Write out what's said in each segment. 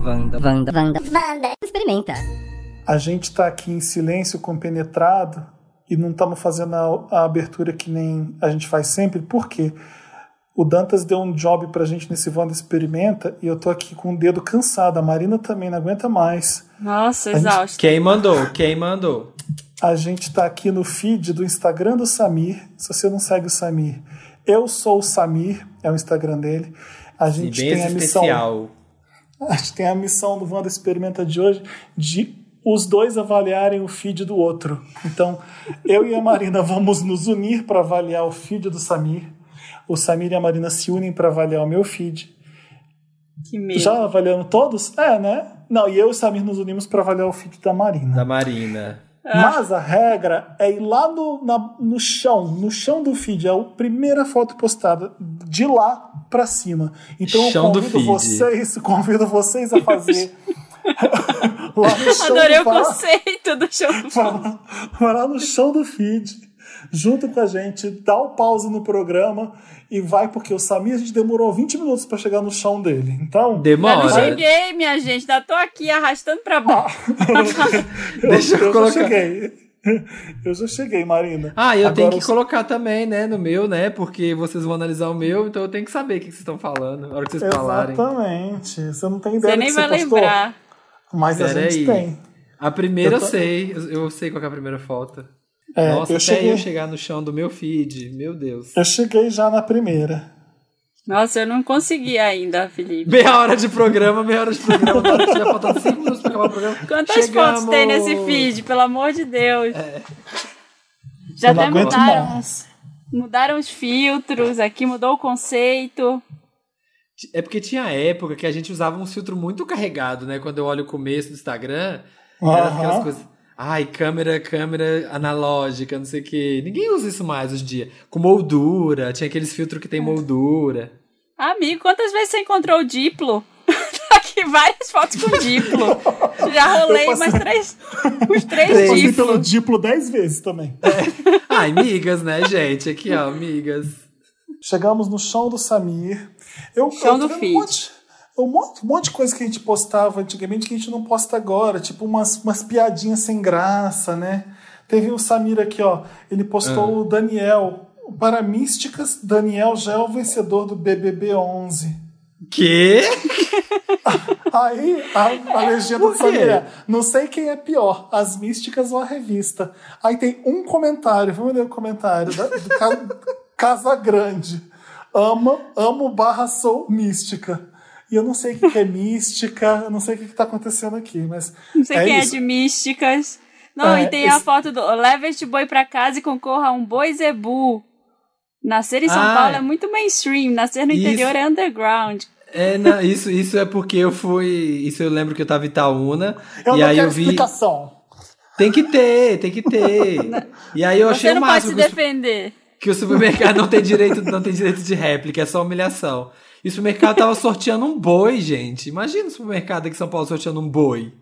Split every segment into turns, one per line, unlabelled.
Wanda, Wanda, Wanda, experimenta.
A gente está aqui em silêncio, compenetrado, e não estamos fazendo a, a, abertura que nem a gente faz sempre, por quê? O Dantas deu um job pra gente nesse Wanda Experimenta e eu tô aqui com o dedo cansado. A Marina também não aguenta mais.
Nossa, exausto.
Gente... Quem mandou? Quem mandou?
A gente tá aqui no feed do Instagram do Samir. Se você não segue o Samir, eu sou o Samir, é o Instagram dele. A gente tem a missão.
Especial.
A gente tem a missão do Wanda Experimenta de hoje de os dois avaliarem o feed do outro. Então, eu e a Marina vamos nos unir para avaliar o feed do Samir. O Samir e a Marina se unem para avaliar o meu feed.
Que medo.
Já avaliando todos? É, né? Não, e eu e o Samir nos unimos para avaliar o feed da Marina.
Da Marina.
Mas a regra é ir lá no, na, no chão, no chão do feed, é a primeira foto postada, de lá para cima. Então
Chão
eu
do
convido
feed.
vocês, convido vocês a fazer lá no chão
Adorei
do
o
bar.
conceito do show do
Vai lá- vai lá no chão do feed, junto com a gente, dá o pause no programa e vai, porque o Samir a gente demorou 20 minutos para chegar no chão dele. Então,
Eu não
Demora.
cheguei, minha gente. Ainda tô aqui arrastando pra baixo.
Ah,
Deixa eu colocar.
já cheguei. Eu já cheguei, Marina.
Ah, eu tenho
Agora
que
o-
colocar também, né, no meu, né? Porque vocês vão analisar o meu, então eu tenho que saber o que que vocês estão falando, na hora que vocês falarem.
Exatamente. Você não tem ideia
Você
do
nem
que você
vai
postou,
lembrar.
mas a
Pera
gente
aí.
tem.
A primeira
Eu
eu,
tô-
sei, eu- eu sei qual que é a primeira foto.
É,
Nossa,
eu
até
cheguei-
eu chegar no chão do meu feed, meu Deus.
Eu cheguei já na primeira.
Nossa, eu não consegui ainda, Felipe.
Meia hora de programa, meia hora de programa, tá? tinha faltado cinco minutos pra acabar o programa.
Quantas
Chegamos!
fotos tem nesse feed, pelo amor de Deus? Já
É. Eu não
até
aguento
mudaram,
mais.
mudaram os filtros, aqui mudou o conceito.
É porque tinha época que a gente usava um filtro muito carregado, né? Quando eu olho o começo do Instagram, era É, aquelas
Aham.
coisas. Ai, câmera, câmera analógica, não sei o quê. Ninguém usa isso mais hoje em dia. Com moldura, tinha aqueles filtros
É.
que tem moldura.
Amigo, quantas vezes você encontrou o Diplo? Tá aqui várias fotos com o Diplo. Já rolei
Eu passei-
mais três, uns
Eu
três
passei pelo
Diplo.
Diplo 10 vezes também.
Ai, migas, né, gente? Aqui, ó, migas.
Chegamos no chão do Samir. Eu,
Chão
eu
do
tive
feed.
Um monte, um, monte, um monte de coisa que a gente postava antigamente que a gente não posta agora. Tipo umas, umas piadinhas sem graça, né? Teve o Samir aqui, ó. Ele
Ah.
postou o Daniel. Para místicas, Daniel já é o vencedor do BBB 11.
Quê?
Aí
É,
a, a legenda
por
do Samir
quê?
é, não sei quem é pior, as místicas ou a revista. Aí tem um comentário, vamos ler o comentário, da, do Ca- Casa Grande. Ama, amo barra sou mística. E eu não sei o que, que é mística, eu não sei o que, que tá acontecendo aqui, mas.
Não sei
é
quem
isso.
é de místicas. Não,
Ah,
É,
e tem a
esse-
foto do Leva este boi pra casa e concorra a um boi zebu. Nascer em São
Ah.
Paulo é muito mainstream, nascer no
Isso.
interior é underground.
É, não, isso, isso é porque eu fui. Isso eu lembro que eu tava em Itaúna.
Eu
e
não
aí
quero
eu vi.
explicação.
Tem que ter, tem que ter. e aí eu achei
Você
o
não pode se
máximo que os-
defender.
que o supermercado não tem direito, não tem direito de réplica, é só humilhação. E o supermercado tava sorteando um boi, gente. Imagina o supermercado aqui em São Paulo sorteando um boi.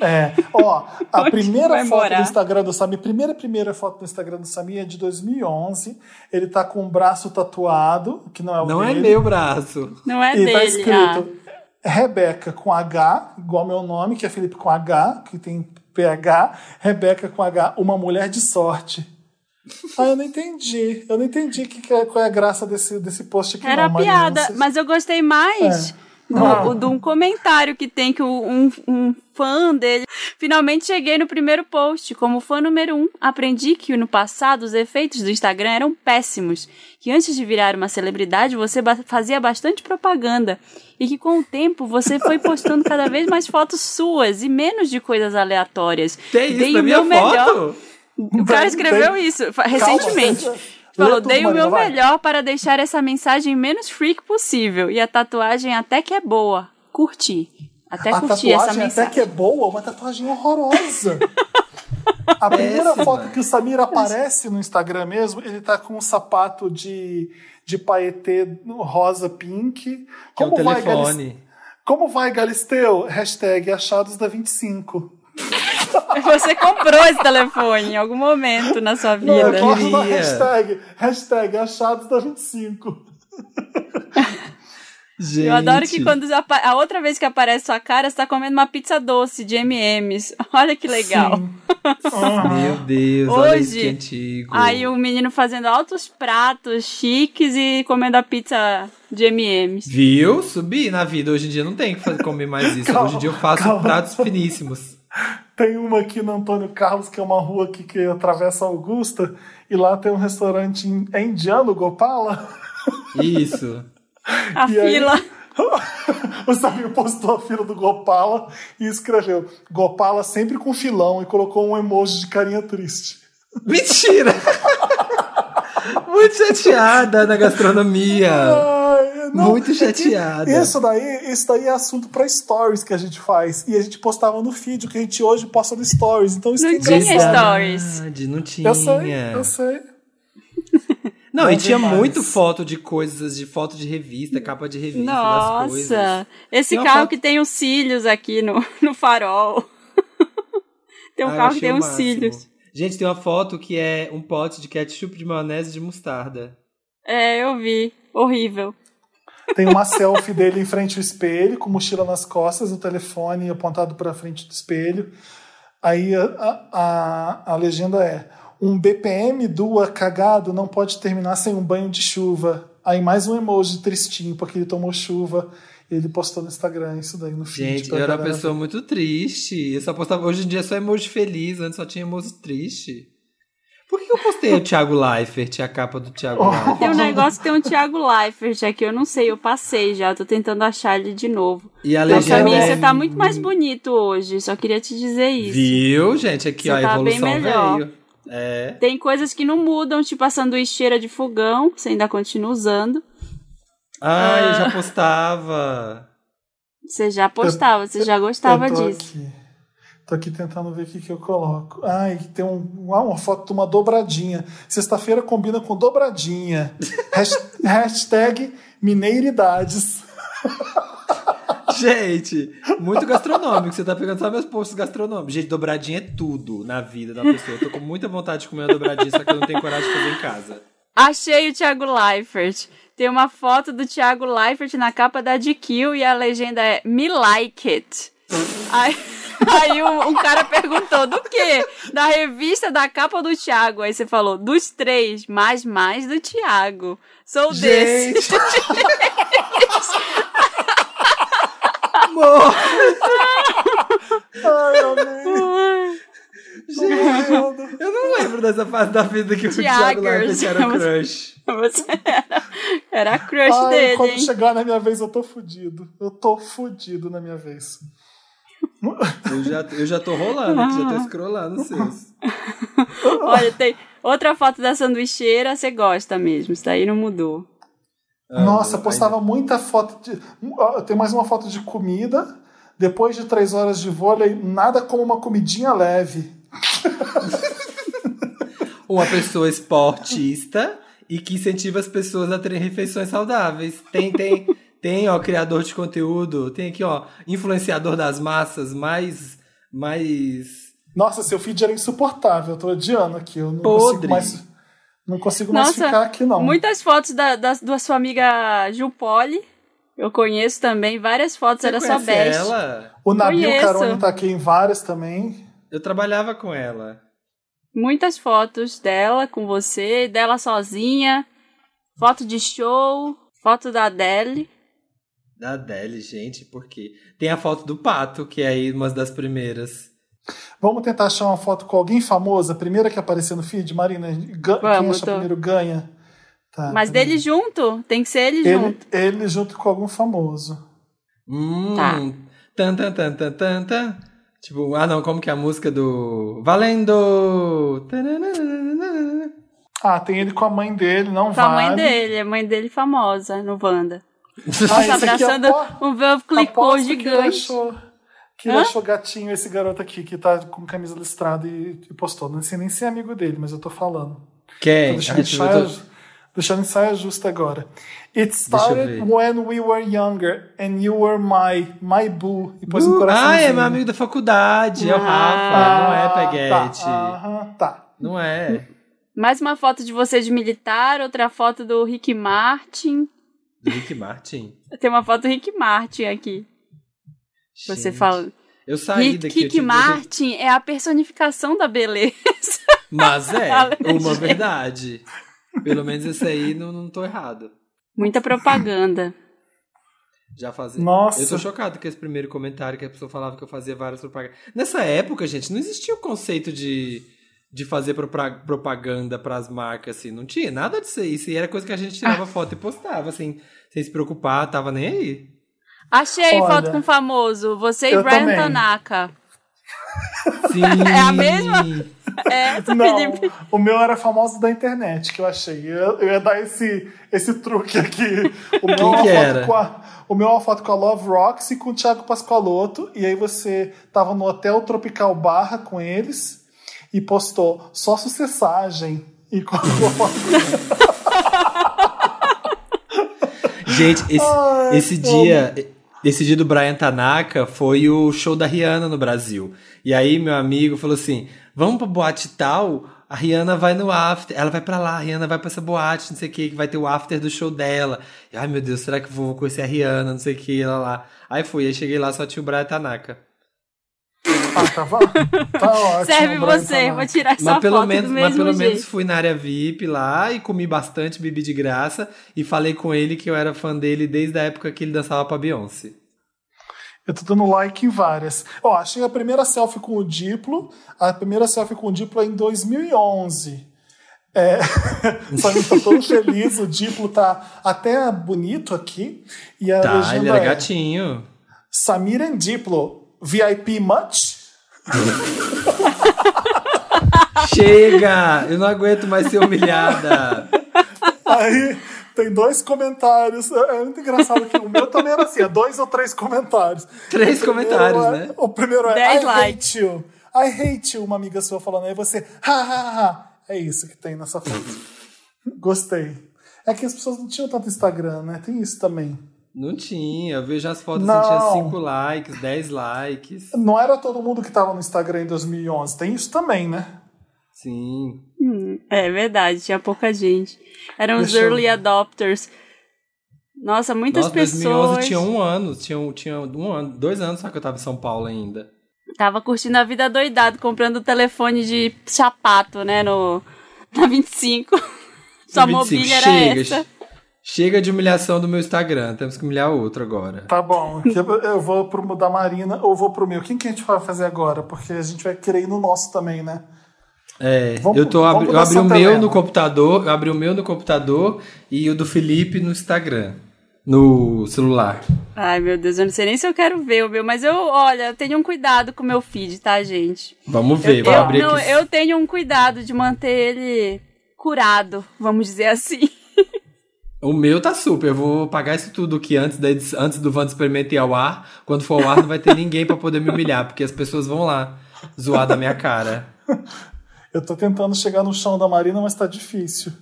É, ó,
Onde
a
que
primeira
vai
foto
morar?
do Instagram do Samir, primeira primeira foto do Instagram do Samir é de 2011. Ele tá com o braço tatuado, que não é o
Não é
dele.
meu braço.
Não é
e
dele.
tá
ah.
escrito Rebeca com H, igual meu nome, que é Felipe com H, que tem PH, Rebeca com H, uma mulher de sorte. Ah, eu não entendi. Eu não entendi que, que é- qual é a graça desse, desse post aqui.
Era
não, Marina,
piada,
não sei-
mas eu gostei mais do,
Ah.
o- de um comentário que tem que o- um, um fã dele. Finalmente cheguei no primeiro post. Como fã número um, aprendi que no passado os efeitos do Instagram eram péssimos. Que antes de virar uma celebridade, você ba- fazia bastante propaganda. E que com o tempo você foi postando cada vez mais fotos suas e menos de coisas aleatórias.
Tem isso
Dei
na
o
minha
meu melhor.
foto?
O cara
Tem-
escreveu
tem-
isso fa-
Calma,
recentemente.
você-
Falou,
Lê tudo,
dei o
Marina,
meu
vai.
melhor para deixar essa mensagem menos freak possível. E a tatuagem até que é boa. Curti. Até
A
curti essa
tatuagem até
mensagem.
que é boa, uma tatuagem horrorosa. A primeira
Péssima.
foto que o Samir aparece no Instagram mesmo, ele tá com um sapato de, de paetê rosa pink.
Que é o
Como vai, Galis-
telefone.
Como vai, Galisteu? Hashtag achados da 25.
Você comprou esse telefone em algum momento na sua
Não, eu
vida.
gosto
queria.
da hashtag. Hashtag achados da 25.
Gente.
Eu adoro que quando apa- a outra vez que aparece sua cara, você tá comendo uma pizza doce de MMs. Olha que legal.
Sim. Aham.
Meu Deus, olha isso
Hoje-
que é antigo.
Aí o menino fazendo altos pratos chiques e comendo a pizza de MMs.
Viu? Subi na vida. Hoje em dia não tem que fazer- comer mais isso.
Calma,
Hoje em dia eu faço
calma.
pratos finíssimos.
Tem uma aqui no Antônio Carlos, que é uma rua aqui que atravessa Augusta, e lá tem um restaurante in- é indiano, Gopala.
Isso.
A
E aí-
fila.
o Samir postou a fila do Gopala e escreveu Gopala sempre com filão e colocou um emoji de carinha triste.
Mentira! Muito chateada na gastronomia.
Ai,
Muito chateada.
Isso daí, isso daí é assunto pra stories que a gente faz. E a gente postava no feed, o que a gente hoje posta no stories. Então isso
Não
que é
tinha
engraçado.
stories.
Verdade, Não tinha.
Eu sei, eu sei.
Não, e
Bom
tinha
demais.
muito foto de coisas, de foto de revista, capa de revista, das coisas.
Nossa, esse
Tem uma
carro
foto-
que tem os cílios aqui no, no farol. tem um
Ah, eu
carro que
achei
tem
o
uns
máximo.
cílios.
Gente, tem uma foto que é um pote de ketchup de maionese de mostarda.
É, eu vi. Horrível.
Tem uma selfie dele em frente ao espelho, com mochila nas costas, o telefone apontado pra frente do espelho. Aí a, a- a, a legenda é: um BPM dua cagado não pode terminar sem um banho de chuva. Aí mais um emoji tristinho, porque ele tomou chuva. Ele postou no Instagram isso daí no feed.
Gente,
pra
eu era uma
galera
pessoa muito triste. Eu só postava. Hoje em dia é só emoji feliz, antes só tinha emoji triste. Por que eu postei o Thiago Leifert, a capa do Thiago
Oh.
Leifert?
Tem um negócio que tem um Thiago Leifert aqui, eu não sei, eu passei já, eu tô tentando achar ele de novo.
E a
Não,
Mas,
Legenda
Samir,
é-
você tá muito mais bonito hoje, só queria te dizer isso.
Viu, gente? Aqui,
Você
ó, a
tá bem
evolução
melhor.
veio. É.
Tem coisas que não mudam, tipo a sanduicheira de fogão, você ainda continua usando.
Ah, eu
Ah.
já postava.
Você já postava, você já gostava
Eu tô
disso.
Aqui. Tô aqui tentando ver o que, que eu coloco. Ai, tem um, ah, uma foto de uma dobradinha. Sexta-feira combina com dobradinha. Hasht- Hashtag mineiridades.
Gente, muito gastronômico. Você tá pegando só meus posts gastronômicos. Gente, dobradinha é tudo na vida da pessoa. Eu tô com muita vontade de comer uma dobradinha, só que eu não tenho coragem de fazer em casa.
Achei o Thiago Leifert. Tem uma foto do Thiago Leifert na capa da GQ e a legenda é Me Like It. aí aí um, um cara perguntou do quê? Da revista da capa do Thiago. Aí você falou, dos três, mais mais do Thiago. Sou desse.
Gente! Amor!
Ai, amei. Gente,
Eu não lembro dessa fase da vida que o Thiago Leifert era o
Thiagers.
crush.
Você era, era a crush
Ai,
dele,
quando
hein?
chegar na minha vez, eu tô fudido. Eu tô fudido na minha vez.
Eu já, eu já tô rolando aqui, já tô escrolando os seus.
Olha, tem outra foto da sanduicheira, você gosta mesmo. Isso daí não mudou.
Nossa,
Ai,
postava muita foto de. Ó, Tem mais uma foto de comida. Depois de três horas de vôlei, nada como uma comidinha leve.
Uma pessoa esportista e que incentiva as pessoas a terem refeições saudáveis. Tem, tem, tem, ó, criador de conteúdo, tem aqui, ó, influenciador das massas, mais. mais...
Nossa, seu feed era insuportável. Eu tô odiando aqui. Eu não consigo
Podre.
mais. Não consigo mais
Nossa,
ficar aqui, não.
Muitas fotos da, da, da sua amiga Ju Poli. Eu conheço também. Várias fotos, era sua
conhece
best.
ela?
O Nabil
Conheço.
Carone tá aqui em várias também.
Eu trabalhava com ela.
Muitas fotos dela com você, dela sozinha. Foto de show. Foto da Adele.
Da Adele, gente, porque tem a foto do pato, que é aí uma das primeiras.
Vamos tentar achar uma foto com alguém famosa, a primeira que aparecer no feed, Marina. ga- quem
Vamos,
acha
tô.
primeiro ganha. Tá,
Mas
peraí.
dele junto. Tem que ser ele, junto.
ele, ele junto com algum famoso.
Hum.
Tá.
Tan, tan, tan, tan, tan, tan. Tipo, ah não, como que é a música do. Valendo! Tananana.
Ah, tem ele com a mãe dele, não
Com a
vale.
mãe dele. A mãe dele famosa no Wanda.
Ah,
Nossa,
esse aqui
abraçando
apo-
um velvo clicou
aposto Que ele
gigante.
achou, que ele achou gatinho esse garoto aqui que tá com camisa listrada e, e postou. Não sei nem se é amigo dele, mas eu tô falando. Tô
Quem?
deixando
Ah, deixa eu ver,
ensaio,
eu tô-
deixando ensaio justo agora. It
eu
started
ver.
when we were younger and you were my, my boo. E pôs um
Uh,
coraçãozinho.
ah, é meu amigo da faculdade, é
Ah,
o Rafa, não é Peguete.
Tá, aham, tá.
Não é.
Mais uma foto de você de militar. Outra foto do Rick Martin.
Do Rick Martin?
Tem uma foto do Rick Martin aqui. Você
Gente,
fala.
Eu saí
Rick,
daqui. eu um
Rick
tive-
Martin é a personificação da beleza.
Mas é,
Fala,
uma
gente.
verdade. Pelo menos esse aí não, não tô errado.
Muita propaganda.
Já fazia.
Nossa.
Eu tô chocado com esse primeiro comentário que a pessoa falava que eu fazia várias propagandas. Nessa época, gente, não existia o conceito de, de fazer propra- propaganda pras marcas, assim. Não tinha nada disso aí. Isso aí era coisa que a gente tirava
Ah.
foto e postava, assim, sem se preocupar, tava nem aí.
Achei
Olha.
foto com o famoso. Você e
Eu
Brian
também.
Tanaka.
Sim.
É a mesma? É, essa,
Não,
Felipe.
o meu era famoso da internet, que eu achei. Eu, eu ia dar esse, esse truque aqui. O meu, é uma foto
que era?
Com a, o meu é uma foto com a Love Rocks e com o Thiago Pascoaloto. E aí você tava no Hotel Tropical Barra com eles e postou só sucessagem. E colocou a foto.
Gente, esse,
Ai,
esse dia. Esse dia do Brian Tanaka foi o show da Rihanna no Brasil. E aí, meu amigo falou assim: vamos pra boate tal, a Rihanna vai no after. Ela vai pra lá, a Rihanna vai pra essa boate, não sei o que, que vai ter o after do show dela. E, Ai, meu Deus, será que eu vou conhecer a Rihanna, não sei o que, lá lá. Aí fui, aí cheguei lá, só tinha o Brian Tanaka.
Ah, tá, va- tá ótimo, tá
Serve
Brian
você.
Tanaka.
Vou tirar essa
Mas pelo,
foto
menos,
do
mas
mesmo
pelo
jeito.
menos fui na área VIP lá e comi bastante, bebi de graça. E falei com ele que eu era fã dele desde a época que ele dançava pra Beyoncé.
Eu tô dando like em várias. Ó, achei a primeira selfie com o Diplo. A primeira selfie com o Diplo é em 2011. É, só que tá todo feliz, o Diplo tá até bonito aqui. E a
Tá,
legenda
ele era
é,
gatinho.
Samir and Diplo, VIP much?
Chega! Eu não aguento mais ser humilhada.
Aí tem dois comentários. É é muito engraçado que o meu também era assim, é dois ou três comentários.
Três comentários,
primeiro é-
né?
O primeiro é
Dez
I
likes.
hate you. I hate you, uma amiga sua falando. Aí você, ha, ha, ha. É isso que tem nessa foto. Gostei. É que as pessoas não tinham tanto Instagram, né? Tem isso também.
Não tinha. Eu vejo as fotos
Não.
assim, tinha 5 likes, 10 likes.
Não era todo mundo que tava no Instagram em 2011. Tem isso também, né?
Sim.
Hum, É verdade, tinha pouca gente. Eram os
Deixa eu
early adopters. Nossa, muitas
Nossa, 2011
pessoas
tinha um ano. Tinha, um- tinha um ano, dois anos só que eu tava em São Paulo ainda.
tava curtindo a vida doidado, comprando telefone de sapato, né, no na 25. Sua
25,
mobília era
chega.
essa.
Chega de humilhação do meu Instagram. Temos que humilhar outro agora.
Tá bom. Eu- Eu vou pro da Marina ou vou pro meu. Quem que a gente vai fazer agora? Porque a gente vai querer ir no nosso também, né?
É,
Vamos-
eu, tô,
vamos
abri- eu
pra
abri o
Santa
meu
Helena.
no computador, eu abri o meu no computador e o do Felipe no Instagram. No celular.
Ai, meu Deus, eu não sei nem se eu quero ver o meu, mas eu, olha, eu tenho um cuidado com o meu feed, tá, gente?
Vamos ver, vou
eu,
abrir
não,
aqui.
eu tenho um cuidado de manter ele curado, vamos dizer assim.
O meu tá super. Eu vou pagar isso tudo que antes, da edi- antes do Wanda Experimento ir ao ar. Quando for ao ar, não vai ter ninguém pra poder me humilhar, porque as pessoas vão lá zoar da minha cara.
Eu tô tentando chegar no chão da Marina, mas tá difícil.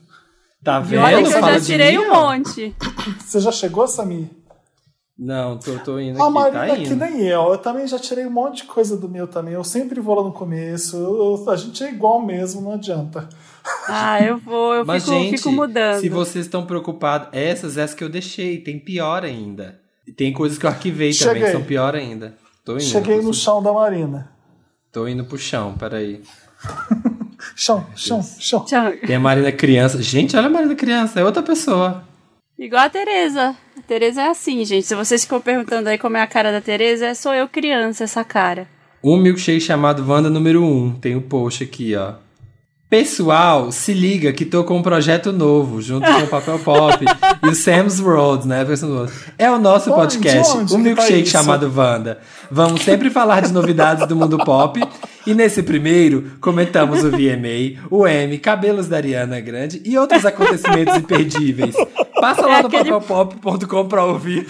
Tá
E
vendo?
olha que eu
Fala
já
de
tirei
mim,
um
ó.
monte.
Você já chegou, Samir?
Não, tô, tô indo
A
aqui,
Marina
tá indo.
que nem eu. Eu também já tirei um monte de coisa do meu também. Eu sempre vou lá no começo. Eu- eu- a gente é igual mesmo, não adianta.
Ah, eu vou, eu
Mas,
fico,
gente,
fico mudando.
se vocês estão preocupados, essas, essas que eu deixei, tem pior ainda. E tem coisas que eu arquivei também,
Cheguei.
que são pior ainda. Tô indo.
Cheguei no chão da Marina.
Tô indo pro chão, peraí.
Chão, chão, chão.
Tchau.
Tem a Marina criança. Gente, olha a Marina criança, é outra pessoa.
Igual a Tereza. A Tereza é assim, gente. Se vocês ficam perguntando aí como é a cara da Tereza, é sou eu criança essa cara.
Um milkshake chamado Wanda número 1. Tem o post aqui, ó. Pessoal, se liga que tô com um projeto novo, junto com o Papel Pop e o Sam's World, né? Versão do outro. É o nosso
Onde?
podcast,
Onde que
um
tá
milkshake
isso?
chamado Wanda. Vamos sempre falar de novidades do mundo pop. E nesse primeiro, comentamos o VMA, o M, cabelos da Ariana Grande e outros acontecimentos imperdíveis. Passa lá
É
no
aquele-
papelpop.com pra ouvir.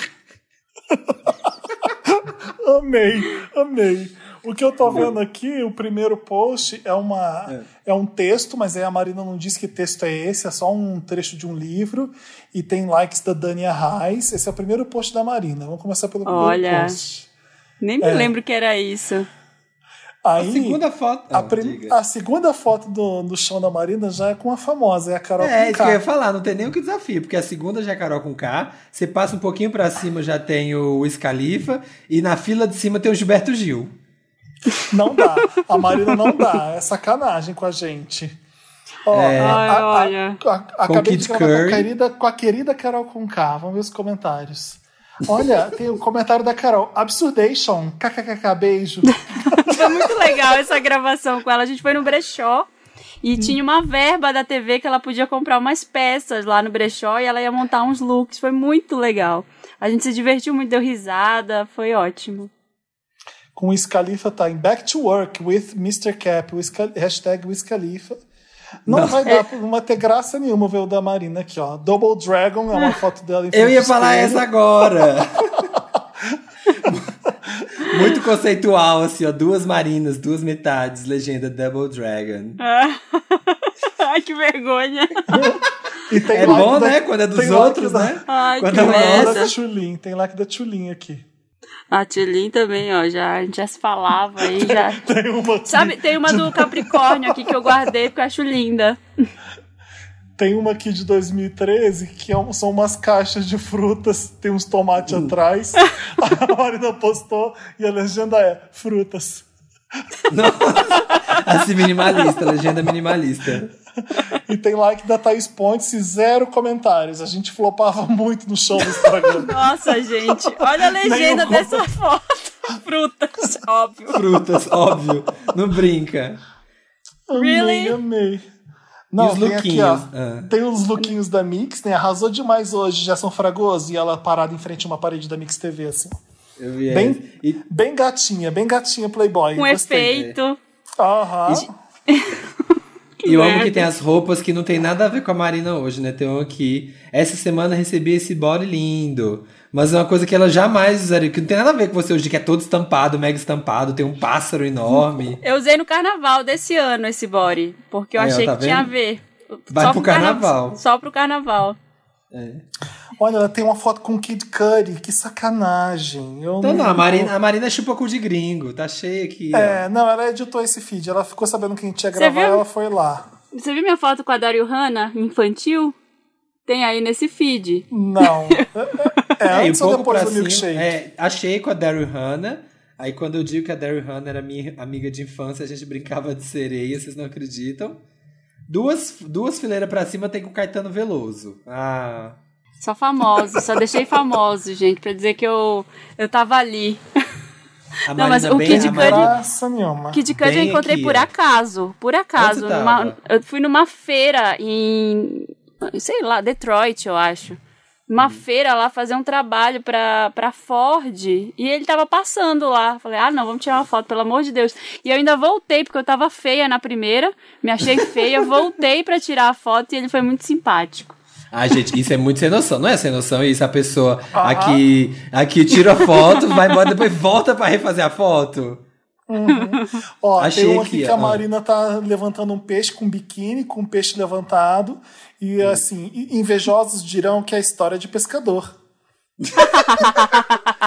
Amei, amei. O que eu tô vendo aqui, o primeiro post é uma é. um texto, mas aí a Marina não diz que texto é esse, é só um trecho de um livro e tem likes da Dania Reis. Esse é o primeiro post da Marina. Vamos começar pelo primeiro
Olha.
É.
post.
Nem me lembro que era isso.
Aí,
A segunda foto.
a
Ah,
prim-
diga.
a segunda foto do, do show da Marina já é com a famosa, é a Carol
É, isso que eu ia
Conká.
falar, não tem nem o que desafio, porque a segunda já é Carol com K, você passa um pouquinho pra cima já tem o Wiz Khalifa, e na fila de cima tem o Gilberto Gil.
Não dá. A Marina não dá. É sacanagem com a gente. Ó,
É.
a- a- a-
Ai, olha.
a- acabei de
Kid
gravar com a,
Curry.
querida, com a querida Carol Conká. Vamos ver os comentários. Olha, tem um comentário da Carol. Absurdation. KKKK, beijo.
Foi muito legal essa gravação com ela. A gente foi no brechó
Hum.
e tinha uma verba da TV que ela podia comprar umas peças lá no brechó e ela ia montar uns looks. Foi muito legal. A gente se divertiu muito, deu risada, foi ótimo.
com o Scalifa tá em Back to Work with Mr. Cap, o Scal- hashtag Wiz Khalifa. Não,
Não. É.
vai dar, não vai ter graça nenhuma ver o da Marina aqui, ó. Double Dragon é uma foto dela em frente
Ah, Eu ia
ao
falar
espelho.
essa agora. Muito conceitual, assim, ó. Duas marinas, duas metades, legenda Double Dragon.
Ah,
Ai, que vergonha.
E tem um
É
like
bom,
da-
né? Quando é dos
tem like
outros,
da-
né?
Ai,
Quando
que
é uma
Tem like
merda.
da Tchulin, tem like da Tchulin aqui.
A Tulin também, ó, já, a gente já se falava aí, já...
Tem uma aqui,
Sabe, tem uma do Capricórnio aqui que eu guardei porque eu acho linda.
tem uma aqui de 2013 que é um- são umas caixas de frutas, tem uns tomates
Uh.
atrás. A Marina postou e a legenda é frutas.
Nossa. Assim, minimalista, legenda minimalista.
E tem like da Thaís Pontes e zero comentários. A gente flopava muito no show do Instagram.
Nossa, gente, olha a legenda
Nenhum
dessa foto. Frutas, óbvio.
Frutas, óbvio. Não brinca.
Amei,
Really?
amei. Não,
os
tem aqui, ó.
lookinhos? Ah.
Tem os lookinhos da Mix, né? Arrasou demais hoje, já são Fragoso, e ela parada em frente a uma parede da Mix TV, assim.
Eu vi
Bem-
essa. E-
Bem gatinha, bem gatinha Playboy.
Com
gostei.
efeito.
Aham.
E eu amo
merda.
que tem as roupas que não tem nada a ver com a Marina hoje, né? Tem um aqui. Essa semana recebi esse body lindo. Mas é uma coisa que ela jamais usaria, que não tem nada a ver com você hoje, que é todo estampado, mega estampado, tem um pássaro enorme.
Eu usei no carnaval desse ano esse body, porque eu
Aí, ó,
achei
tá
que tinha a
vendo?
ver.
Vai pro
carna-
carnaval.
Só pro carnaval.
Olha, ela tem uma foto com o Kid Cudi, que sacanagem. Eu
Então não, a Marina, a Marina chupa cu de gringo, tá cheia aqui. ó.
É, não, ela editou esse feed, ela ficou sabendo que a gente ia
Você
gravar
viu?
ela foi lá.
Você viu minha foto com a Dario Hanna, infantil? Tem aí nesse feed.
Não. É,
É, e
antes ou
pouco
depois
pra
do
cima,
milkshake?
é, achei com a Daryl Hannah. Aí quando eu digo que a Daryl Hannah era minha amiga de infância, a gente brincava de sereia, vocês não acreditam. Duas, duas fileiras pra cima tem com o Caetano Veloso. Ah,
Só famoso, só deixei famoso, gente, pra dizer que eu, eu tava ali.
a
Não, mas
Marina
o
bem
Kid
a
Cudi-
Marina-
Graça nenhuma.
Kid Cudi eu
Bem
encontrei
aqui,
por
ó.
acaso, por acaso.
Onde você
numa-
tava?
eu fui numa feira em, sei lá, Detroit, eu acho. Uma feira lá fazer um trabalho pra, pra Ford e ele tava passando lá. Falei, ah, não, vamos tirar uma foto, pelo amor de Deus. E eu ainda voltei, porque eu tava feia na primeira, me achei feia, voltei pra tirar a foto e ele foi muito simpático.
Ah, gente, isso é muito sem noção. Não é sem noção isso, a pessoa aqui, aqui tira a foto, vai embora, depois volta pra refazer a foto.
Ó,
Achei
tem um aqui
aqui,
que a
ó.
Marina tá levantando um peixe com biquíni, com um peixe levantado. E
Hum.
assim, e- invejosos dirão que é a história de pescador.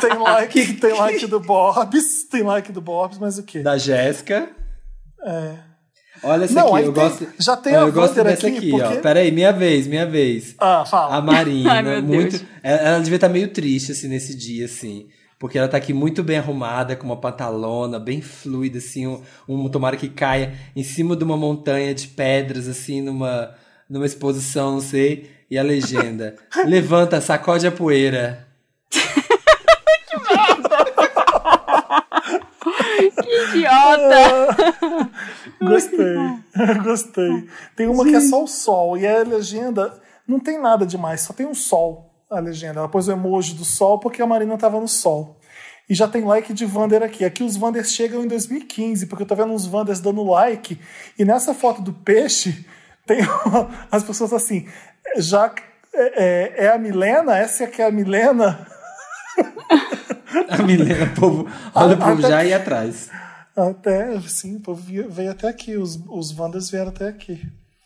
tem like, tem like do Bobs, tem like do Bobs, mas o quê?
Da Jéssica.
É.
Olha essa
Não,
aqui,
aí
eu
tem-
gosto.
já tem
Não,
a
eu gosto
Wander
dessa
aqui,
aqui,
porque-
ó. Peraí, minha vez, minha vez.
Ah, fala.
A Marina,
Ai, meu Deus.
muito. Ela, ela devia estar meio triste, assim, nesse dia, assim. Porque ela tá aqui muito bem arrumada, com uma pantalona bem fluida, assim, um, um tomara que caia em cima de uma montanha de pedras, assim, numa, numa exposição, não sei. E a legenda. Levanta, sacode a poeira.
Que idiota!
Gostei, gostei. Tem uma que é só o sol, e a legenda não tem nada demais, só tem um sol a legenda. Ela pôs o emoji do sol porque a Marina tava no sol. E já tem like de Vander aqui. Aqui os Vanders chegam em 2015, porque eu tô vendo uns Vanders dando like, e nessa foto do peixe tem uma- as pessoas assim, já é, é- é a Milena? Essa aqui é a Milena?
A Milena, o povo. Olha o povo
até-
tá-
já e atrás.
Até, sim, o povo veio veio até aqui, os, os Wanders vieram até aqui.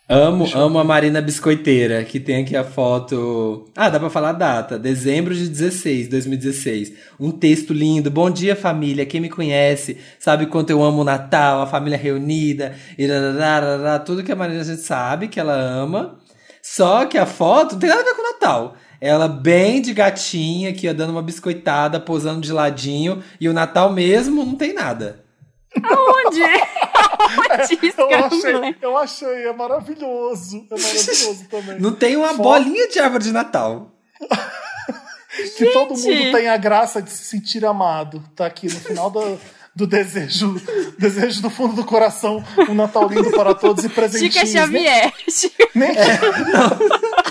Amo, amo a Marina Biscoiteira, que tem aqui a foto. Ah, dá pra falar a data. Dezembro de 16, 2016. Um texto lindo. Bom dia, família. Quem me conhece sabe quanto eu amo o Natal, a família reunida, irarararará, tudo que a Marina a gente sabe que ela ama. Só que a foto não tem nada a ver com o Natal. Ela bem de gatinha, aqui, ó, dando uma biscoitada, posando de ladinho. E o Natal mesmo não tem nada.
Aonde? Aonde isso que
Eu
eu não
achei,
lembro?
eu achei, é maravilhoso. É maravilhoso também.
Não tem uma
Foto.
bolinha de árvore de Natal.
Que todo mundo tem a graça de se sentir amado. Tá aqui no final do, do desejo, desejo do fundo do coração, um Natal lindo para todos e presentinhos. né?
Chica Xavier. Chica-
É.
Nem, nem-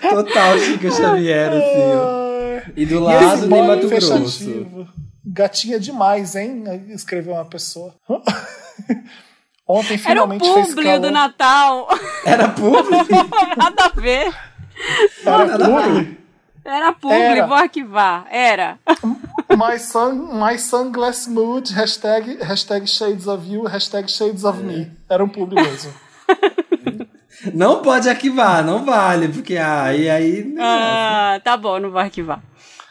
Total, Chica Xavier, assim, ó. E do
E esse
lado nem
bolo
Mato Grosso.
fechativo. Gatinha demais, hein? Escreveu uma pessoa. Ontem
Era o
finalmente fez
público
calor.
do Natal.
Era público?
Nada a ver.
Era publi?
Era público,
Era.
vou arquivar. Era.
My, sun, my sunglass mood, hashtag, hashtag shades of you, hashtag shades of me.
É.
Era um publi mesmo.
Não pode arquivar, não vale, porque aí aí.
Ah, tá bom, não vou arquivar.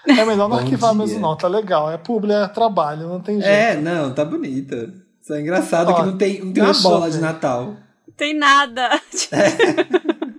É melhor não
Bom
arquivar
dia.
mesmo, não. Tá legal. É publi, é trabalho, não tem jeito.
É, não, tá bonita. Só é engraçado
Ó,
que não tem, não tem uma
deixa eu
bola de
ver.
Natal.
Tem nada.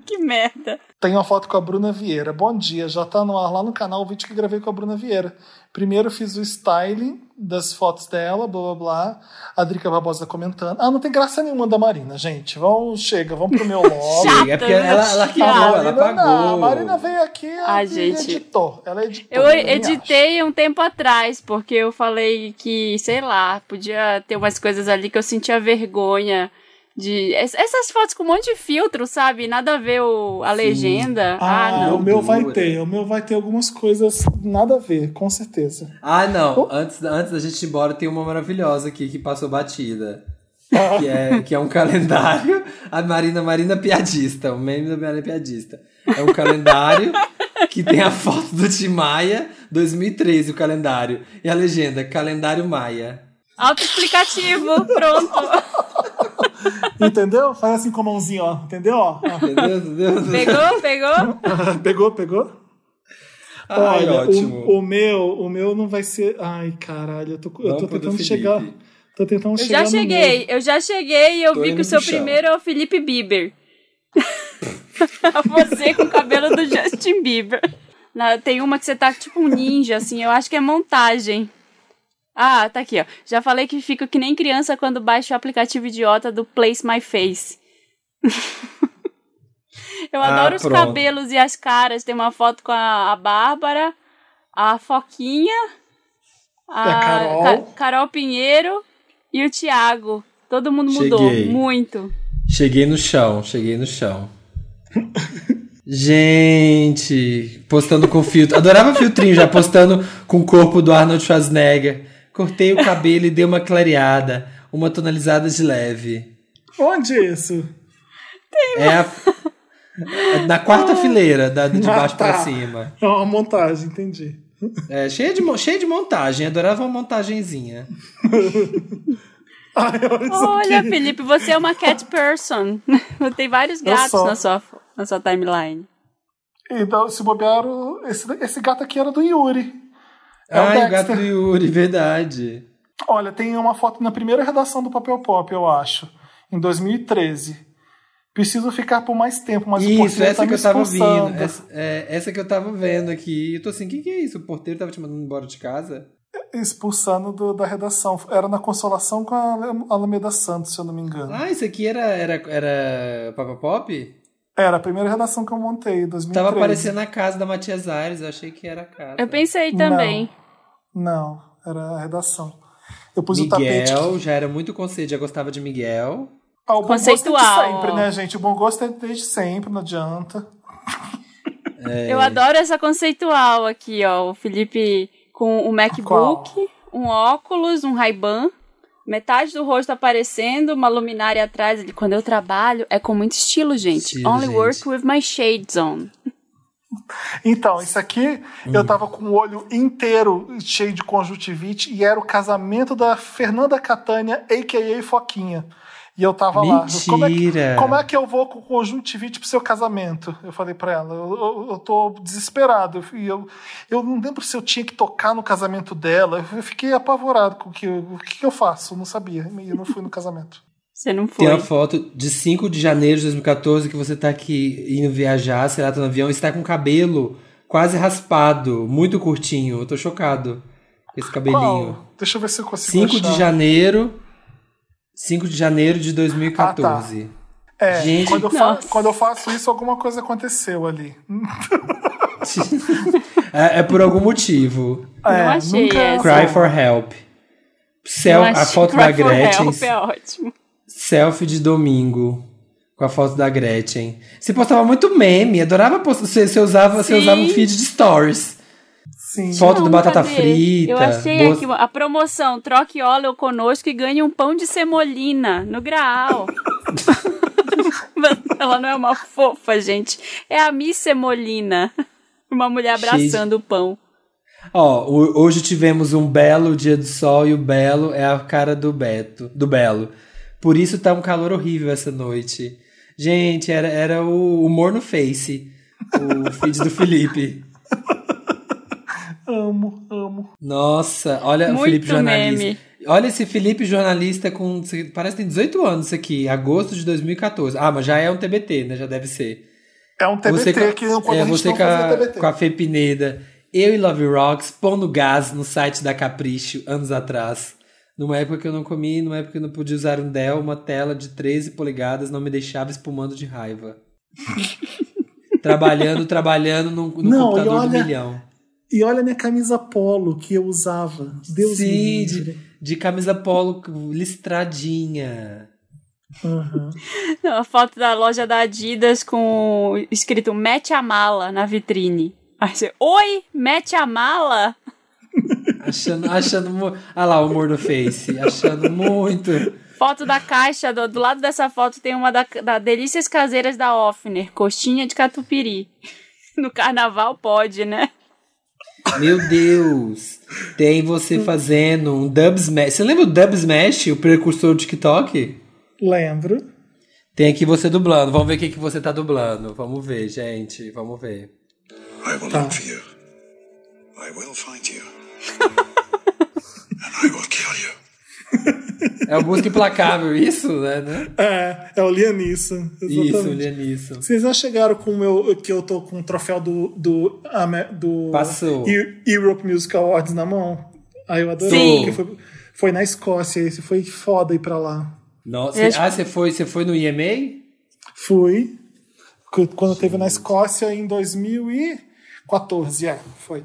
que merda.
Tem uma foto com a Bruna Vieira. Bom dia, já tá no ar lá no canal o vídeo que gravei com a Bruna Vieira. Primeiro fiz o styling das fotos dela, blá blá blá. A Drica Barbosa comentando. Ah, não tem graça nenhuma da Marina, gente. Vamos, chega, vamos pro meu log.
Chata,
Chega, é porque
né?
ela, ela arquivou,
Chata.
não,
ela
a
pagou.
Marina veio aqui
Ah,
e
gente.
editou. Ela editou.
Eu
nem
editei um tempo atrás, porque eu falei que, sei lá, podia ter umas coisas ali que eu sentia vergonha de. Ess- Essas fotos com um monte de filtro, sabe? Nada a ver o... a legenda. Ah,
Ah,
não.
o meu vai
Dura.
ter. O meu vai ter algumas coisas nada a ver, com certeza.
Ah, não. Antes, antes da gente ir embora, tem uma maravilhosa aqui que passou batida. Que é, que é um calendário. A Marina Marina Piadista, o meme da Marina Piadista. É um calendário que tem a foto do Tim Maia, 2013, o calendário. E a legenda, calendário Maia.
Autoexplicativo, pronto.
Entendeu? Faz assim com a mãozinha, ó. Entendeu? Ó.
Entendeu? Entendeu?
Pegou, pegou?
Ah, pegou, pegou?
Ai,
Ah,
Olha,
ótimo.
O, o meu, o meu não vai ser. Ai, caralho, eu tô, eu
Vamos
tô
pro do
tentando
Felipe.
chegar. Tô tentando
Eu
chegar.
já
no
cheguei, eu já cheguei e eu
Tô
vi
indo
que o seu
pro chão.
primeiro é o Felipe Bieber. você com o cabelo do Justin Bieber. Na- tem uma que você tá tipo um ninja, assim, eu acho que é montagem. Ah, tá aqui, ó. Já falei que fico que nem criança quando baixo o aplicativo idiota do Place My Face. eu
Ah,
adoro os
pronto.
cabelos e as caras. Tem uma foto com a, a Bárbara, a
É
Foquinha, a,
A Carol.
Ca- Carol Pinheiro e o Thiago. Todo mundo mudou
Cheguei.
muito.
Cheguei no chão, cheguei no chão. Gente, postando com filtro. Adorava filtrinho, já postando com o corpo do Arnold Schwarzenegger. Cortei o cabelo e dei uma clareada, uma tonalizada de leve.
meio. Onde é isso?
É a- é na quarta fileira, da, de
Ah,
baixo pra
tá.
cima.
É uma montagem, entendi.
É, cheia, de, mo- cheia de montagem, adorava uma montagenzinha.
Ai, olha isso
Olha,
aqui.
Felipe, você é uma cat person. Tem vários
Eu
gatos
sou.
na sua, na sua timeline.
Então, se bobear, o- esse, esse gato aqui era do Yuri. É o
Ai, o
Dexter.
gato do Yuri, verdade.
Olha, tem uma foto na primeira redação do Papel Pop, eu acho, em 2013. Preciso ficar por mais tempo, mas o
Isso,
porteiro
essa
tá
que
me
eu tava
expulsando.
ouvindo. Essa, é, essa que eu tava vendo aqui. E eu tô assim, o que, que é isso? O porteiro tava te mandando embora de casa?
Expulsando do- da redação. Era na Consolação com a Ale- Alameda Santos, se eu não me engano.
Ah, isso aqui era, era, era Papa Pop?
Era a primeira redação que eu montei, 2013.
Tava aparecendo a casa da Matias Aires, eu achei que era a casa.
Eu pensei
Não.
também.
Não, era a redação. Eu pus o tapete.
Miguel, já era muito conceito, já gostava de Miguel.
Ah, o bom gosto é
Conceitual,
de sempre,
ó.
né, gente? O bom gosto é desde sempre, não adianta.
É.
Eu adoro essa conceitual aqui, ó. O Felipe com um MacBook, um óculos, um Ray-Ban, metade do rosto aparecendo, uma luminária atrás. Ele, quando eu trabalho, é com muito estilo, gente.
Estilo,
Only
gente.
work with my shades on.
Então, isso aqui,
Hum.
eu tava com o olho inteiro cheio de conjuntivite e era o casamento da Fernanda Catânia, a.k.a. Foquinha. E eu tava lá.
Mentira.
Como é, que, como é que eu vou com conjuntivite pro seu casamento? Eu falei pra ela. Eu, eu, eu tô desesperado. Eu, eu, eu não lembro se eu tinha que tocar no casamento dela. Eu fiquei apavorado com o que, o que que eu faço. Eu não sabia. E eu não fui no casamento.
Você não foi.
Tem uma foto de 5 de janeiro de 2014 que você tá aqui indo viajar, sei lá, tá no avião, e está com o cabelo quase raspado, muito curtinho. Eu tô chocado com esse cabelinho.
Qual? Deixa eu ver se eu consigo
5 de
achar.
janeiro. 5 de janeiro de 2014.
É,
Gente.
quando, eu fa-
Nossa.
quando eu faço isso, alguma coisa aconteceu ali.
Ah,
é, é por algum motivo.
Não achei essa.
Cry for help. Cel
Eu
a
acho
foto
que
da
Cry for
Gretchen.
Help é ótimo.
Selfie de domingo. Com a foto da Gretchen. Você postava muito meme, adorava postar. Você, você usava, você
Sim.
usava um feed de stories.
Sim.
Foto do
Não,
batata
cadê?
frita.
Eu achei
boas-
aqui a promoção: troque óleo conosco e ganhe um pão de semolina no graal. Ela não é uma fofa, gente. É a Miss Semolina. Uma mulher
Cheio de-
abraçando o pão.
Ó, ho- hoje tivemos um belo dia do sol e o belo é a cara do Beto, do Belo. Por isso tá um calor horrível essa noite. Gente, era, era o humor no face, o feed do Felipe.
Amo, amo.
Nossa, olha É, o
Muito
Felipe jornalista.
meme.
Olha esse Felipe jornalista com, parece que tem 18 anos isso aqui, agosto de 2014. Ah, mas já é um TBT, né? Já deve ser.
É um TBT
com a-
que quando
é,
a gente
você
não
com
fazia
a,
TBT.
com a Fê Pineda. Eu e Love Rocks pondo gás no site da Capricho anos atrás. Numa época que eu não comi, numa época que eu não podia usar um Dell, uma tela de 13 polegadas não me deixava espumando de raiva. trabalhando, trabalhando num, num
Não, e
computador do
olha-
milhão.
E olha minha camisa polo que eu usava. Deus
Sim,
me
de-
livre.
De camisa polo listradinha.
Aham.
Não, a foto da loja da Adidas com escrito mete a mala na vitrine. Aí você, oi, mete a mala?
Achando, achando. mu- Ah lá, o humor no face. Achando muito.
Foto da caixa, do, do lado dessa foto tem uma da, da Delícias Caseiras da Offner, coxinha de catupiry. No carnaval pode, né?
Meu Deus! Tem você fazendo um dub smash. Você lembra o dub smash, o precursor do TikTok?
Lembro.
Tem aqui você dublando. Vamos ver o que, que você tá dublando. Vamos ver, gente. Vamos ver.
I will
Tá.
look for you. I will find you. and I will kill you.
É o Busca Implacável, isso, né? né?
É, é o Lianissa. Exatamente. É,
Isso, Lianisson.
Vocês já chegaram com o meu. que eu tô com o troféu do. do, Ame- do
Passou.
Eu- Europe Music Awards na mão? Aí eu adorei.
Sim.
Porque foi, foi na Escócia, esse foi foda ir pra lá.
Nossa,
Eu acho-
ah, você foi, você foi no EMA?
Fui. Cu- Quando teve na Escócia em 2014, é, foi.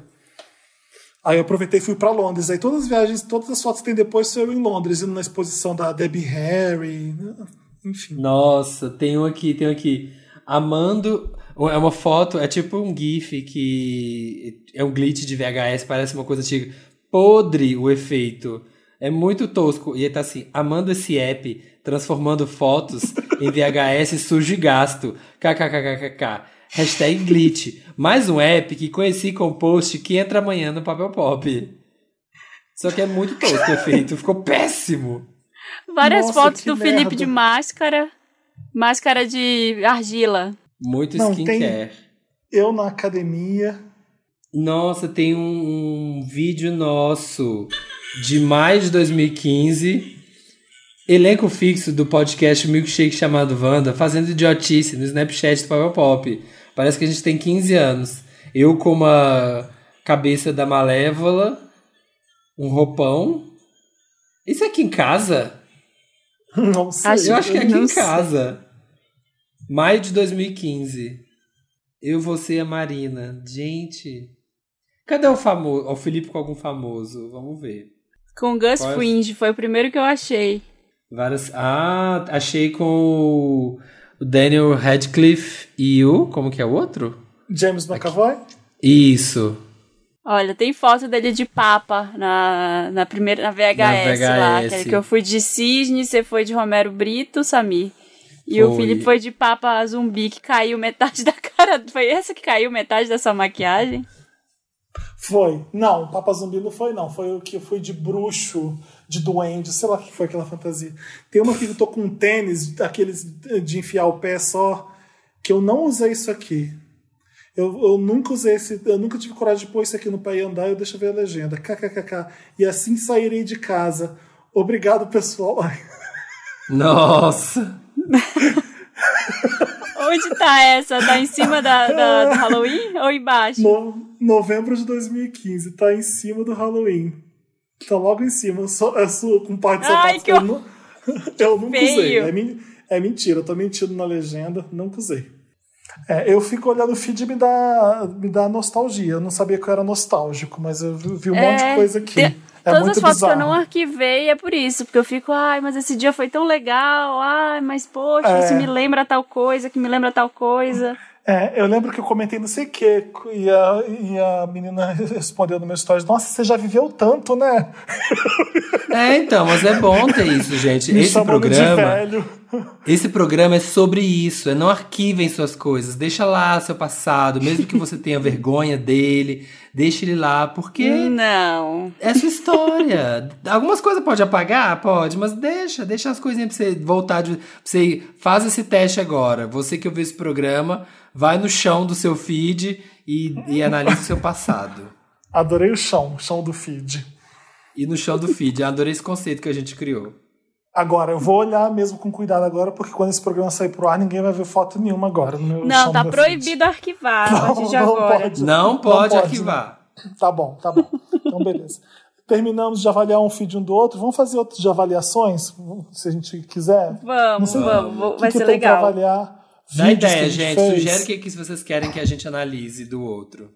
Aí eu aproveitei e fui pra Londres. Aí todas as viagens, todas as fotos que tem depois sou eu em Londres, indo na exposição da Debbie Harry, né? enfim.
Nossa, tem um aqui, tem um aqui. Amando. É uma foto, é tipo um GIF que é um glitch de VHS, parece uma coisa antiga. Podre o efeito. É muito tosco. E ele tá assim, amando esse app, transformando fotos em VHS sujo e gasto. KKKKK. Hashtag glitch. Mais um app que conheci com o post que entra amanhã no papel pop. Só que é muito tosco o efeito. Ficou péssimo.
Várias
Nossa,
fotos
que
do
merda.
Felipe de máscara. Máscara de argila.
Muito
Não, tem-
skincare.
Eu na academia.
Nossa, tem um, um vídeo nosso de mais de 2015. Elenco fixo do podcast Milkshake chamado Wanda, fazendo idiotice no Snapchat do Papel Pop. Parece que a gente tem 15 anos. Eu com uma cabeça da Malévola, um roupão. Isso é aqui em casa?
Não sei.
Acho-
Eu acho que é aqui
Não
em
sei.
casa. Maio de 2015. Eu, você e a Marina. Gente. Cadê o famoso? O Felipe com algum famoso. Vamos ver.
Com Gus
Qual é?
Fringe, foi o primeiro que eu achei.
Várias. Ah, achei com o Daniel Radcliffe e o. Como que é o outro?
James McAvoy?
Isso.
Olha, tem foto dele de papa na, na primeira na VHS,
Na
lá.
VHS.
aquele Que eu fui de cisne, você foi de Romero Brito, Samir. E o
Foi.
Felipe foi de papa zumbi, que caiu metade da cara. Foi essa que caiu metade dessa maquiagem?
Foi. Não, Papa Zumbi não foi, não. Foi o que eu fui de bruxo de duende, sei lá o que foi aquela fantasia. Tem uma que eu tô com um tênis, aqueles de enfiar o pé só, que eu não usei isso aqui. Eu, eu nunca usei esse, eu nunca tive coragem de pôr isso aqui no pé e andar, eu deixo ver a legenda. KKKK. E assim sairei de casa. Obrigado, pessoal. Ai,
Nossa!
Onde tá essa? Tá em cima da, da- do Halloween ou embaixo?
No, novembro de 2015, tá em cima do Halloween. Tá logo em cima, só, é sua, com parte de
Ai,
sapato.
que
eu, nu- eu nunca usei.
feio.
É, men- é mentira, eu tô mentindo na legenda, nunca usei. É, eu fico olhando o feed e me dá, me dá nostalgia. Eu não sabia que eu era nostálgico, mas eu vi vi um monte de
É,
coisa aqui.
tem-
é
Todas
muito
as fotos
bizarro.
que eu não arquivei é por isso, porque eu fico, ai, mas esse dia foi tão legal, ai, mas poxa,
É.
isso me lembra tal coisa, que me lembra tal coisa.
É, eu lembro que eu comentei não sei o quê, e a, e a menina respondeu no meu stories, nossa, você já viveu tanto, né?
É, então, mas é bom ter isso, gente.
Me
Esse
chamando de
programa,
velho.
esse programa é sobre isso. É não arquivem suas coisas. Deixa lá seu passado, mesmo que você tenha vergonha dele, deixa ele lá, porque
Não.
é sua história. Algumas coisas pode apagar, pode, mas deixa, deixa as coisinhas pra você voltar de. Pra você ir. Faz esse teste agora. Você que ouviu esse programa, vai no chão do seu feed e, e analisa o seu passado.
Adorei o chão, o chão do feed.
E no chão do feed. Eu adorei esse conceito que a gente criou.
Agora, eu vou olhar mesmo com cuidado agora, porque quando esse programa sair pro ar, ninguém vai ver foto nenhuma agora. No meu
Não,
chão
tá
do feed.
proibido arquivar a partir de agora.
Não pode
né?
arquivar.
Tá bom, tá bom. Então, beleza. Terminamos de avaliar um feed um do outro. Vamos fazer outras de avaliações, se a gente quiser? Não
Vamos,
sei
vamos, vou-
o que
vai
que
ser
tem pra
legal.
avaliar
Dá
vídeos que a
ideia, gente.
fez?
Sugere o que, que vocês querem que a gente analise do outro.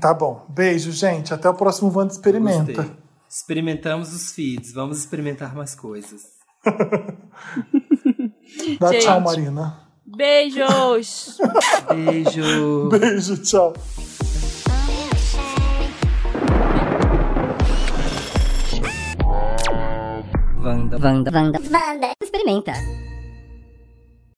Tá bom. Beijo, gente. Até o próximo Wanda Experimenta.
Gostei. Experimentamos os feeds. Vamos experimentar mais coisas.
Dá
Gente.
tchau, Marina.
Beijos!
Beijo.
Beijo, tchau.
Wanda.
Vanda. Vanda. Vanda. Experimenta.